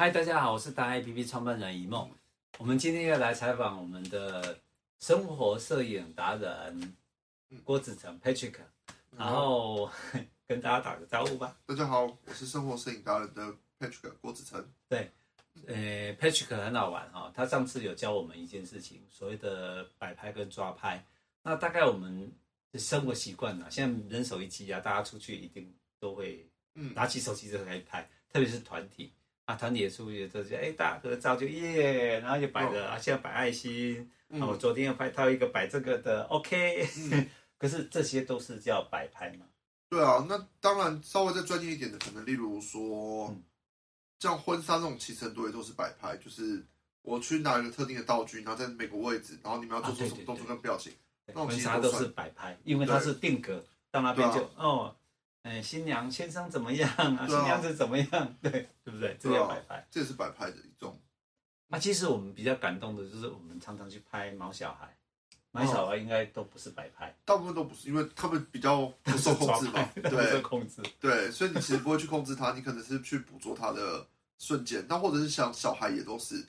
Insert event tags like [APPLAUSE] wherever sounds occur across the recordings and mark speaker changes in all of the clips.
Speaker 1: 嗨，大家好，我是达 APP 创办人一梦。我们今天要来采访我们的生活摄影达人郭子成 Patrick，然后 [LAUGHS] 跟大家打个招呼吧。
Speaker 2: 嗯大家好，我是生活摄影达人的 Patrick 郭子成。
Speaker 1: 呃，Patrick 很好玩哈、他上次有教我们一件事情，所谓的摆拍跟抓拍。那大概我们的生活习惯呢、啊现在人手一机啊，大家出去一定都会
Speaker 2: 嗯，
Speaker 1: 拿起手机就可以拍，特别是团体啊，团体的出去就是哎大家合照就耶，然后就摆个、啊，现在摆爱心，啊，我
Speaker 2: 哦嗯
Speaker 1: 昨天又拍到一个摆这个的，OK，、
Speaker 2: 嗯
Speaker 1: [LAUGHS] 可是这些都是叫摆拍嘛，
Speaker 2: 对啊，那当然稍微再专业一点的，可能例如说
Speaker 1: 嗯，
Speaker 2: 像婚纱这种其实很多也都是摆拍，就是我去拿一个特定的道具，然后在每个位置，然后你们要做
Speaker 1: 啊对
Speaker 2: 出什么
Speaker 1: 对
Speaker 2: 动作跟表情。
Speaker 1: 对
Speaker 2: 那我们
Speaker 1: 婚
Speaker 2: 其实
Speaker 1: 纱
Speaker 2: 都
Speaker 1: 都
Speaker 2: 算
Speaker 1: 是摆拍，因为它是定格，到那边就、
Speaker 2: 对啊
Speaker 1: 哦，哎新娘先生怎么样啊，
Speaker 2: 对啊
Speaker 1: 新娘子怎么样，对对不对？这
Speaker 2: 对
Speaker 1: 叫
Speaker 2: 啊
Speaker 1: 摆拍。
Speaker 2: 这也是摆拍的一种。
Speaker 1: 那、其实我们比较感动的就是我们常常去拍毛小孩，
Speaker 2: 哦
Speaker 1: 毛小孩应该都不是摆拍，，
Speaker 2: 大部分都不是，因为他们比较不受控制嘛
Speaker 1: [LAUGHS] 不受
Speaker 2: 对
Speaker 1: 控制。 [LAUGHS]
Speaker 2: 对，所以你其实不会去控制它，你可能是去捕捉它的瞬间，那或者是像小孩也都是，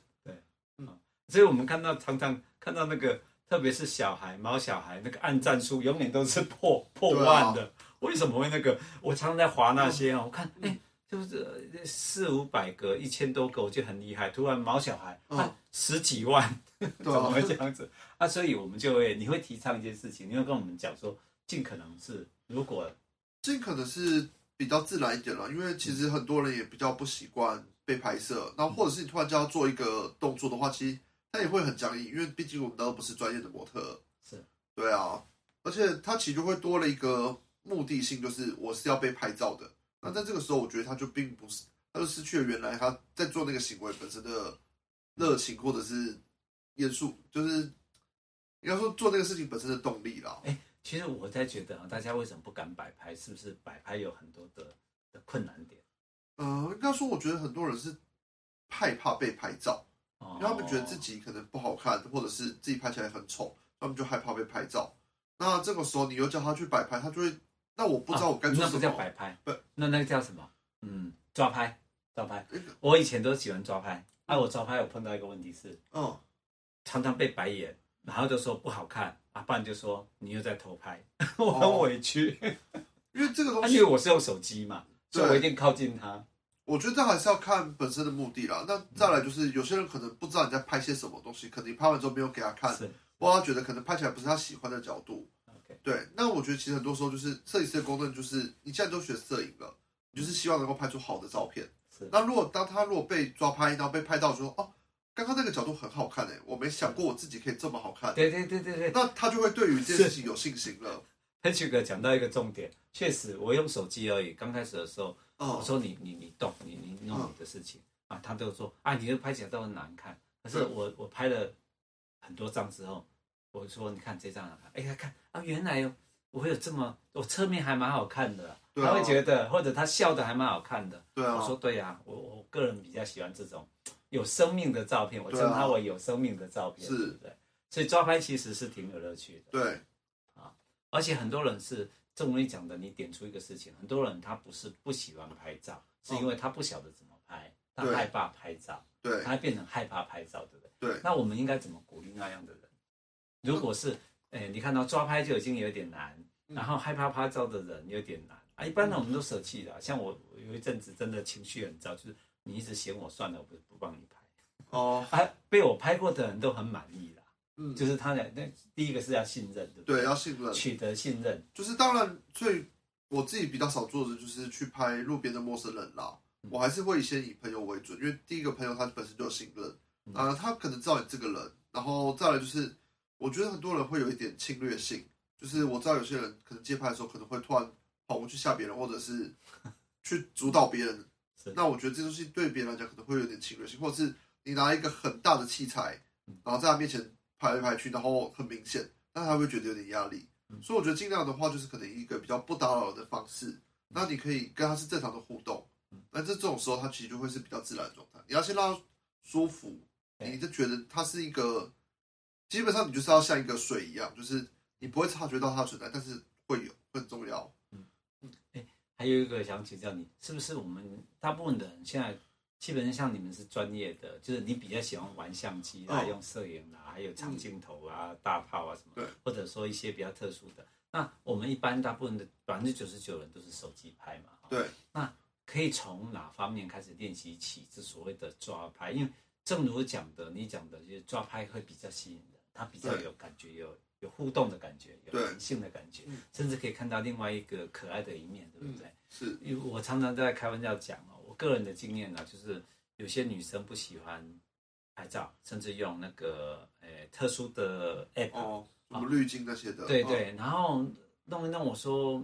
Speaker 1: 所以我们看到常常看到那个，特别是小孩毛小孩那个按赞数，永远都是破破
Speaker 2: 啊
Speaker 1: 万的。为什么会那个？我常常在划
Speaker 2: 嗯
Speaker 1: 那些啊，我看哎、就是呃四五百个、一千多个，我就很厉害。突然毛小孩、
Speaker 2: 嗯
Speaker 1: 啊十几万， [LAUGHS] 怎
Speaker 2: 对
Speaker 1: 么
Speaker 2: 啊
Speaker 1: 会，这样子啊？所以我们就会，你会提倡一件事情，你会跟我们讲说，尽可能是如果
Speaker 2: 尽可能是比较自然一点了，因为其实很多人也比较不习惯被拍摄，那或者是你突然叫他做一个动作的话，其实他也会很僵硬，因为毕竟我们都不是专业的模特，
Speaker 1: 是，
Speaker 2: 对啊，而且他其实就会多了一个目的性，就是我是要被拍照的。那在这个时候，我觉得他就并不是，他就失去了原来他在做那个行为本身的热情，或者是严肃，就是应该说做这个事情本身的动力啦。
Speaker 1: 其实我在觉得啊，大家为什么不敢摆拍？是不是摆拍有很多的的困难点？
Speaker 2: 呃，应该说，我觉得很多人是害怕被拍照，
Speaker 1: 哦
Speaker 2: 因为他们觉得自己可能不好看，或者是自己拍起来很丑，他们就害怕被拍照。那这个时候你又叫他去摆拍，他就会，那我不知道我该做
Speaker 1: 啊那
Speaker 2: 什
Speaker 1: 不
Speaker 2: 么。
Speaker 1: 叫摆拍，
Speaker 2: 不，
Speaker 1: 那那个叫什么？嗯，抓拍，抓拍
Speaker 2: 嗯。
Speaker 1: 我以前都喜欢抓拍，啊，我抓拍我碰到一个问题是，
Speaker 2: 嗯，
Speaker 1: 常常被白眼，然后就说不好看，啊，不然就说你又在偷拍， [LAUGHS] 我
Speaker 2: 哦
Speaker 1: 很委屈，
Speaker 2: 因为这个
Speaker 1: 啊
Speaker 2: 东
Speaker 1: 因
Speaker 2: 西
Speaker 1: 为，我是用手机嘛，所以
Speaker 2: 对
Speaker 1: 我一定靠近他。
Speaker 2: 我觉得这还是要看本身的目的啦。那再来就是，有些人可能不知道你在拍些什么东西，可能你拍完之后没有给他看，
Speaker 1: 是
Speaker 2: 或他觉得可能拍起来不是他喜欢的角度。
Speaker 1: ，OK，
Speaker 2: 对，那我觉得其实很多时候就是摄影师的功能，就是你现在都学摄影了，你就是希望能够拍出好的照片。
Speaker 1: 是
Speaker 2: 那如果当他如果被抓拍，然后被拍到说哦，刚刚那个角度很好看诶、我没想过我自己可以这么好看，
Speaker 1: 对对对对对。
Speaker 2: 那他就会对于这件事情有信心了。
Speaker 1: Patrick 讲到一个重点，确实我用手机而已，刚开始的时候我
Speaker 2: 嗯，
Speaker 1: 哦说你你你动，你你弄你的事情、啊，他都说啊，你这拍起来都很难看。可是
Speaker 2: 嗯
Speaker 1: 我我拍了很多张之后，我说你看这张好看，哎、他看啊，原来哦我会有这么，我侧面还蛮好看的啊、
Speaker 2: 对啊
Speaker 1: 他会觉得或者他笑的还蛮好看的。
Speaker 2: 对
Speaker 1: 我
Speaker 2: 啊
Speaker 1: 说，对呀、我我个人比较喜欢这种有生命的照片，我
Speaker 2: 对
Speaker 1: 称
Speaker 2: 啊
Speaker 1: 它为有生命的照片，
Speaker 2: 是
Speaker 1: 对不对？所以抓拍其实是挺有乐趣的，
Speaker 2: 对，
Speaker 1: 而且很多人是正如你讲的，你点出一个事情，很多人他不是不喜欢拍照，是因为他不晓得怎么拍，他
Speaker 2: 哦对
Speaker 1: 害怕拍照，
Speaker 2: 对，
Speaker 1: 他变成害怕拍照，对不对？
Speaker 2: 对，
Speaker 1: 那我们应该怎么鼓励那样的人？如果是，哎、你看到抓拍就已经有点难，
Speaker 2: 嗯
Speaker 1: 然后害怕拍照的人有点难啊。一般呢，我们都舍弃了。像我我有一阵子真的情绪很糟，就是你一直嫌我算了，我不不帮你拍，
Speaker 2: 哦，
Speaker 1: 啊，被我拍过的人都很满意啦。
Speaker 2: 嗯，
Speaker 1: 就是他的那第一个是要信任，对不
Speaker 2: 对，要信任。
Speaker 1: 取得信任，
Speaker 2: 就是当然最我自己比较少做的就是去拍路边的陌生人啦，我还是会先以朋友为准，因为第一个朋友他本身就有信任，啊、他可能知道你这个人，然后再来就是我觉得很多人会有一点侵略性，就是我知道有些人可能街拍的时候可能会突然跑过去吓别人，或者是去主导别人
Speaker 1: 是，
Speaker 2: 那我觉得这东西对别人来讲可能会有点侵略性，或者是你拿一个很大的器材，然后在他面前拍来拍去，然后很明显，那他会觉得有点压力。所以我觉得尽量的话，就是可能一个比较不打扰的方式，
Speaker 1: 嗯
Speaker 2: 那你可以跟他是正常的互动。那这这种时候，他其实就会是比较自然的状态。你要先让他舒服，
Speaker 1: 对
Speaker 2: 你就觉得他是一个，基本上你就是要像一个水一样，就是你不会察觉到它的存在，但是会有很重要。
Speaker 1: 还有一个想请教你，是不是我们大部分的人现在基本上像你们是专业的，就是你比较喜欢玩相机啊，
Speaker 2: 嗯
Speaker 1: 用摄影啊，还有长镜头啊、大炮啊什么，
Speaker 2: 对，
Speaker 1: 或者说一些比较特殊的。那我们一般大部分的百分之九十九人都是手机拍嘛，
Speaker 2: 对，
Speaker 1: 那可以从哪方面开始练习起这所谓的抓拍？因为正如讲的，你讲的就是抓拍会比较吸引人，它比较
Speaker 2: 对
Speaker 1: 有感觉，有有互动的感觉，有
Speaker 2: 对
Speaker 1: 人性的感觉
Speaker 2: 嗯，
Speaker 1: 甚至可以看到另外一个可爱的一面，对不对？
Speaker 2: 是
Speaker 1: 因为我常常在开玩笑讲哦，我个人的经验呢、就是有些女生不喜欢拍照，甚至用那个呃特殊的 app，、
Speaker 2: 哦，什么滤镜那些的，
Speaker 1: 对
Speaker 2: 哦，
Speaker 1: 对，然后弄一弄，我说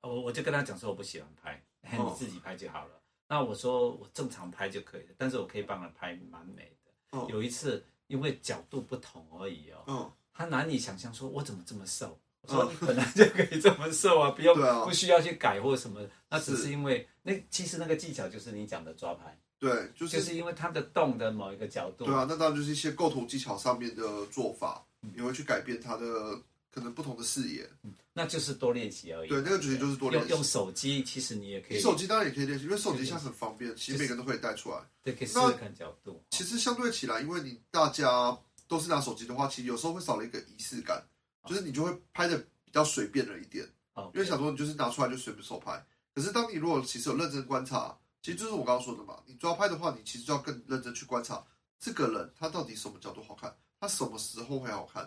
Speaker 1: 呃我我就跟她讲说我不喜欢拍，哎
Speaker 2: 哦
Speaker 1: [LAUGHS] 你自己拍就好了。那我说我正常拍就可以了，但是我可以帮她拍蛮美的。
Speaker 2: 哦
Speaker 1: 有一次因为角度不同而已哦，
Speaker 2: 嗯，
Speaker 1: 他难以想象说我怎么这么
Speaker 2: 哦
Speaker 1: 瘦。我说你本来就可以这么瘦啊，不用、
Speaker 2: 对啊
Speaker 1: 不需要去改或什么，那只是
Speaker 2: 是
Speaker 1: 因为那其实那个技巧就是你讲的抓拍，
Speaker 2: 对，就
Speaker 1: 就是是因为它的动的某一个角度，
Speaker 2: 对啊，那当然就是一些构图技巧上面的做法，
Speaker 1: 嗯
Speaker 2: 也会去改变它的可能不同的视野。
Speaker 1: 那就是多练习而已。
Speaker 2: 对那个其实就是多练习
Speaker 1: 用用手机，其实你也可以，
Speaker 2: 手机当然也可以练习，因为手机现在很方便，其实每个人都可以带出来。
Speaker 1: 对，可以试试看角度。
Speaker 2: 其实相对起来，因为你大家都是拿手机的话，其实有时候会少了一个仪式感，就是你就会拍的比较随便了一点。
Speaker 1: 哦，
Speaker 2: 因为想说你就是拿出来就随便手拍。可是当你如果其实有认真观察，其实就是我刚刚说的嘛，你抓拍的话，你其实就要更认真去观察这个人他到底什么角度好看，他什么时候会好看。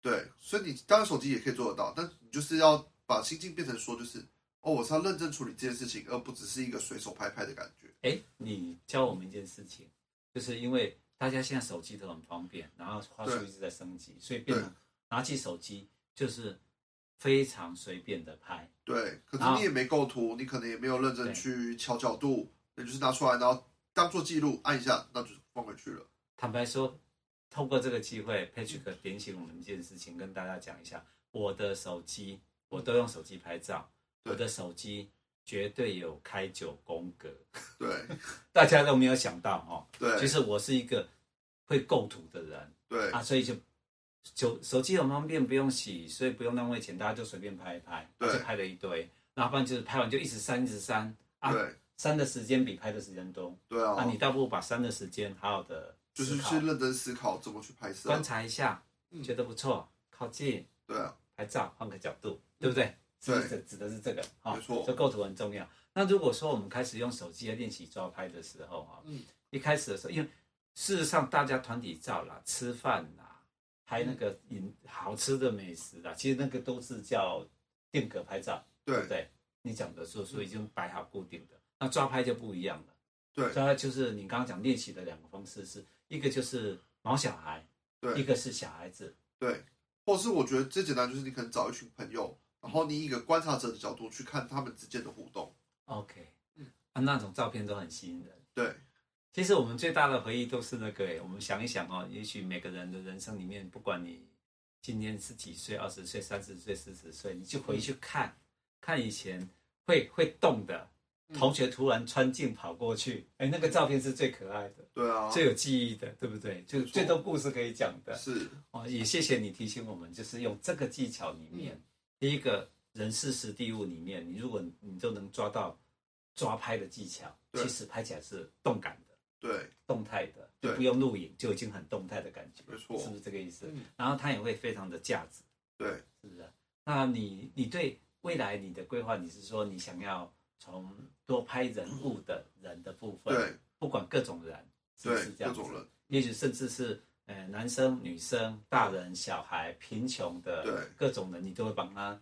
Speaker 2: 对，所以你当然手机也可以做得到，但你就是要把心境变成说，就是哦，我是要认真处理这件事情，而不只是一个随手拍拍的感觉。
Speaker 1: 哎，你教我们一件事情，就是因为大家现在手机都很方便，然后话术
Speaker 2: 对
Speaker 1: 一直在升级，所以变
Speaker 2: 对
Speaker 1: 成拿起手机就是非常随便的拍。
Speaker 2: 对，可
Speaker 1: 好
Speaker 2: 能你也没构图，你可能也没有认真
Speaker 1: 对
Speaker 2: 去调角度，你就是拿出来，然后当做记录，按一下，那就放回去了。
Speaker 1: 坦白说，透过这个机会，Patrick 点醒我们一件事情，跟大家讲一下：我的手机，我都用手机拍照，
Speaker 2: 对
Speaker 1: 我的手机绝对有开九宫格， [LAUGHS]
Speaker 2: 对，
Speaker 1: 大家都没有想到哦。其
Speaker 2: 对，
Speaker 1: 实我是一个会构图的人
Speaker 2: 对，
Speaker 1: 啊，所以就。手手机很方便，不用洗，所以不用浪费钱，大家就随便拍一拍，
Speaker 2: 对
Speaker 1: 就拍了一堆，然后不然就是拍完就一直删，一直删啊，
Speaker 2: 对，
Speaker 1: 删的时间比拍的时间多，
Speaker 2: 对啊。
Speaker 1: 那、你倒不如把删的时间好好的
Speaker 2: 就是去认真思考怎么去拍摄
Speaker 1: 观。察一下，
Speaker 2: 嗯
Speaker 1: 觉得不错，靠近
Speaker 2: 对啊，
Speaker 1: 拍照，换个角度，对不对？是不是指指的是这个？哈
Speaker 2: 嗯没错
Speaker 1: 这构图很重要。那如果说我们开始用手机来练习抓拍的时候啊，
Speaker 2: 嗯
Speaker 1: 一开始的时候，因为事实上大家团体照啦、吃饭啦、拍
Speaker 2: 嗯
Speaker 1: 那个饮好吃的美食啦，其实那个都是叫定格拍照，对不
Speaker 2: 对
Speaker 1: 对？你讲的说说已经摆好固定的，那抓拍就不一样了。
Speaker 2: 对
Speaker 1: 抓拍就是你刚刚讲练习的两个方式是，一个就是毛小孩，一
Speaker 2: 对
Speaker 1: 个是小孩子，
Speaker 2: 对，或是我觉得最简单就是你可能找一群朋友，然后你以一个观察者的角度去看他们之间的互动。
Speaker 1: OK，
Speaker 2: 嗯
Speaker 1: 啊，那种照片都很吸引人。
Speaker 2: 对
Speaker 1: 其实我们最大的回忆都是那个诶，我们想一想哦，也许每个人的人生里面，不管你今年是几岁，二十岁、三十岁、四十岁，你就回去看、看以前会会动的
Speaker 2: 嗯
Speaker 1: 同学突然穿进跑过去，哎、那个照片是最可爱的、
Speaker 2: 对啊，
Speaker 1: 最有记忆的，对不对？就
Speaker 2: 没错
Speaker 1: 最多故事可以讲的。
Speaker 2: 是
Speaker 1: 哦，也谢谢你提醒我们，就是用这个技巧里
Speaker 2: 嗯
Speaker 1: 面，第一个人事实地物里面，你如果你就能抓到抓拍的技巧，
Speaker 2: 对
Speaker 1: 其实拍起来是动感的、
Speaker 2: 对，
Speaker 1: 动态的，
Speaker 2: 对
Speaker 1: 就不用录影就已经很动态的感觉，
Speaker 2: 没错
Speaker 1: 是不是这个意思？
Speaker 2: 嗯
Speaker 1: 然后它也会非常的价值，
Speaker 2: 对，
Speaker 1: 是不是？那你你对未来你的规划，你是说你想要从多拍人物的人的部分，
Speaker 2: 对，
Speaker 1: 不管各种人，是不
Speaker 2: 对
Speaker 1: 是这样子
Speaker 2: 各种人，
Speaker 1: 也许甚至是呃男生、女生、大人、小孩、贫穷
Speaker 2: 对
Speaker 1: 的各种人，你都会帮他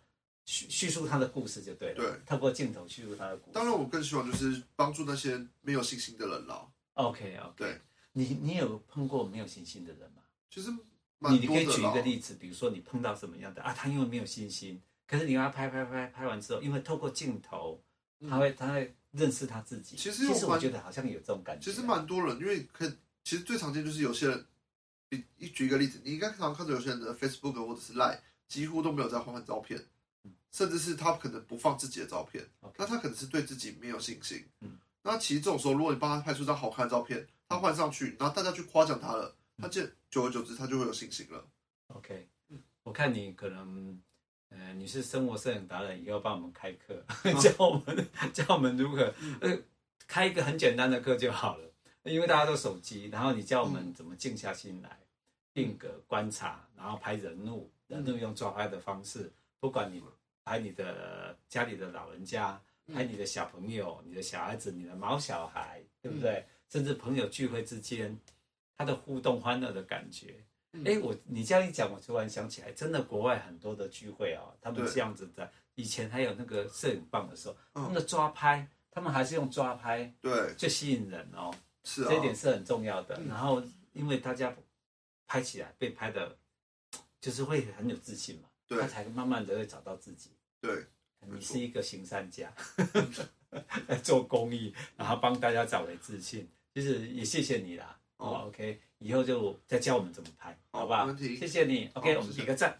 Speaker 1: 叙叙述他的故事就对了。
Speaker 2: 对，
Speaker 1: 透过镜头叙述他的故事。
Speaker 2: 当然我更希望就是帮助那些没有信心的人啦。
Speaker 1: ，OK OK，
Speaker 2: 对，
Speaker 1: 你你有碰过没有信心的人吗？
Speaker 2: 其实蛮
Speaker 1: 你你
Speaker 2: 多
Speaker 1: 可以
Speaker 2: 的
Speaker 1: 举一
Speaker 2: 啦
Speaker 1: 个。例子，比如说你碰到什么样的啊？他因为没有信心，可是你让他拍拍拍拍完之后，因为透过镜头，他会他会认识他自己。
Speaker 2: 嗯其
Speaker 1: 其
Speaker 2: 实有
Speaker 1: 实我
Speaker 2: 蛮
Speaker 1: 觉得好像有这种感觉。
Speaker 2: 其实蛮多人，因为可以其实最常见就是有些人，比一举一个例子，你应该常常看到有些人的 Facebook 或者是 Line 几乎都没有在换照片，甚至是他可能不放自己的照片，
Speaker 1: 嗯 OK
Speaker 2: 那他可能是对自己没有信心。
Speaker 1: 嗯
Speaker 2: 那其实这种时候，如果你帮他拍出张好看的照片，他换上去，然后大家去夸奖他了，他见久而久之他就会有信心了。
Speaker 1: OK，我看你可能，呃，你 [LAUGHS] 是生活摄影达人，以后帮我们开课，教我们教我们如何呃开一个很简单的课就好了，因为大家都手机，然后你教我们
Speaker 2: 嗯
Speaker 1: 怎么静下心来，定格观察，然后拍人物，人
Speaker 2: 嗯
Speaker 1: 物用抓拍的方式，不管你拍你的家里的老人家，
Speaker 2: 嗯
Speaker 1: 拍你的小朋友、你的小孩子、你的毛小孩，对
Speaker 2: 嗯
Speaker 1: 不对？甚至朋友聚会之间，他的互动欢乐的感觉。
Speaker 2: 嗯
Speaker 1: 哎、我你这样一讲，我突然想起来，真的国外很多的聚会哦，他们
Speaker 2: 对
Speaker 1: 这样子的。以前还有那个摄影棒的时候，他
Speaker 2: 嗯
Speaker 1: 们的抓拍，他们还是用抓拍
Speaker 2: 对，
Speaker 1: 最吸引人哦，
Speaker 2: 是啊，
Speaker 1: 这一点是很重要的。
Speaker 2: 嗯
Speaker 1: 然后因为大家拍起来被拍的，就是会很有自信嘛，
Speaker 2: 对
Speaker 1: 他才慢慢的会找到自己。
Speaker 2: 对，
Speaker 1: 你
Speaker 2: 没错
Speaker 1: 是一个行善家，在做公益，然后帮大家找回自信。其实也谢谢你啦。
Speaker 2: 哦
Speaker 1: 哦，OK，以后就再教我们怎么拍，
Speaker 2: 好
Speaker 1: 好不好
Speaker 2: 没问题
Speaker 1: 谢谢你。OK，
Speaker 2: 好
Speaker 1: 我们
Speaker 2: 谢谢
Speaker 1: 比个赞。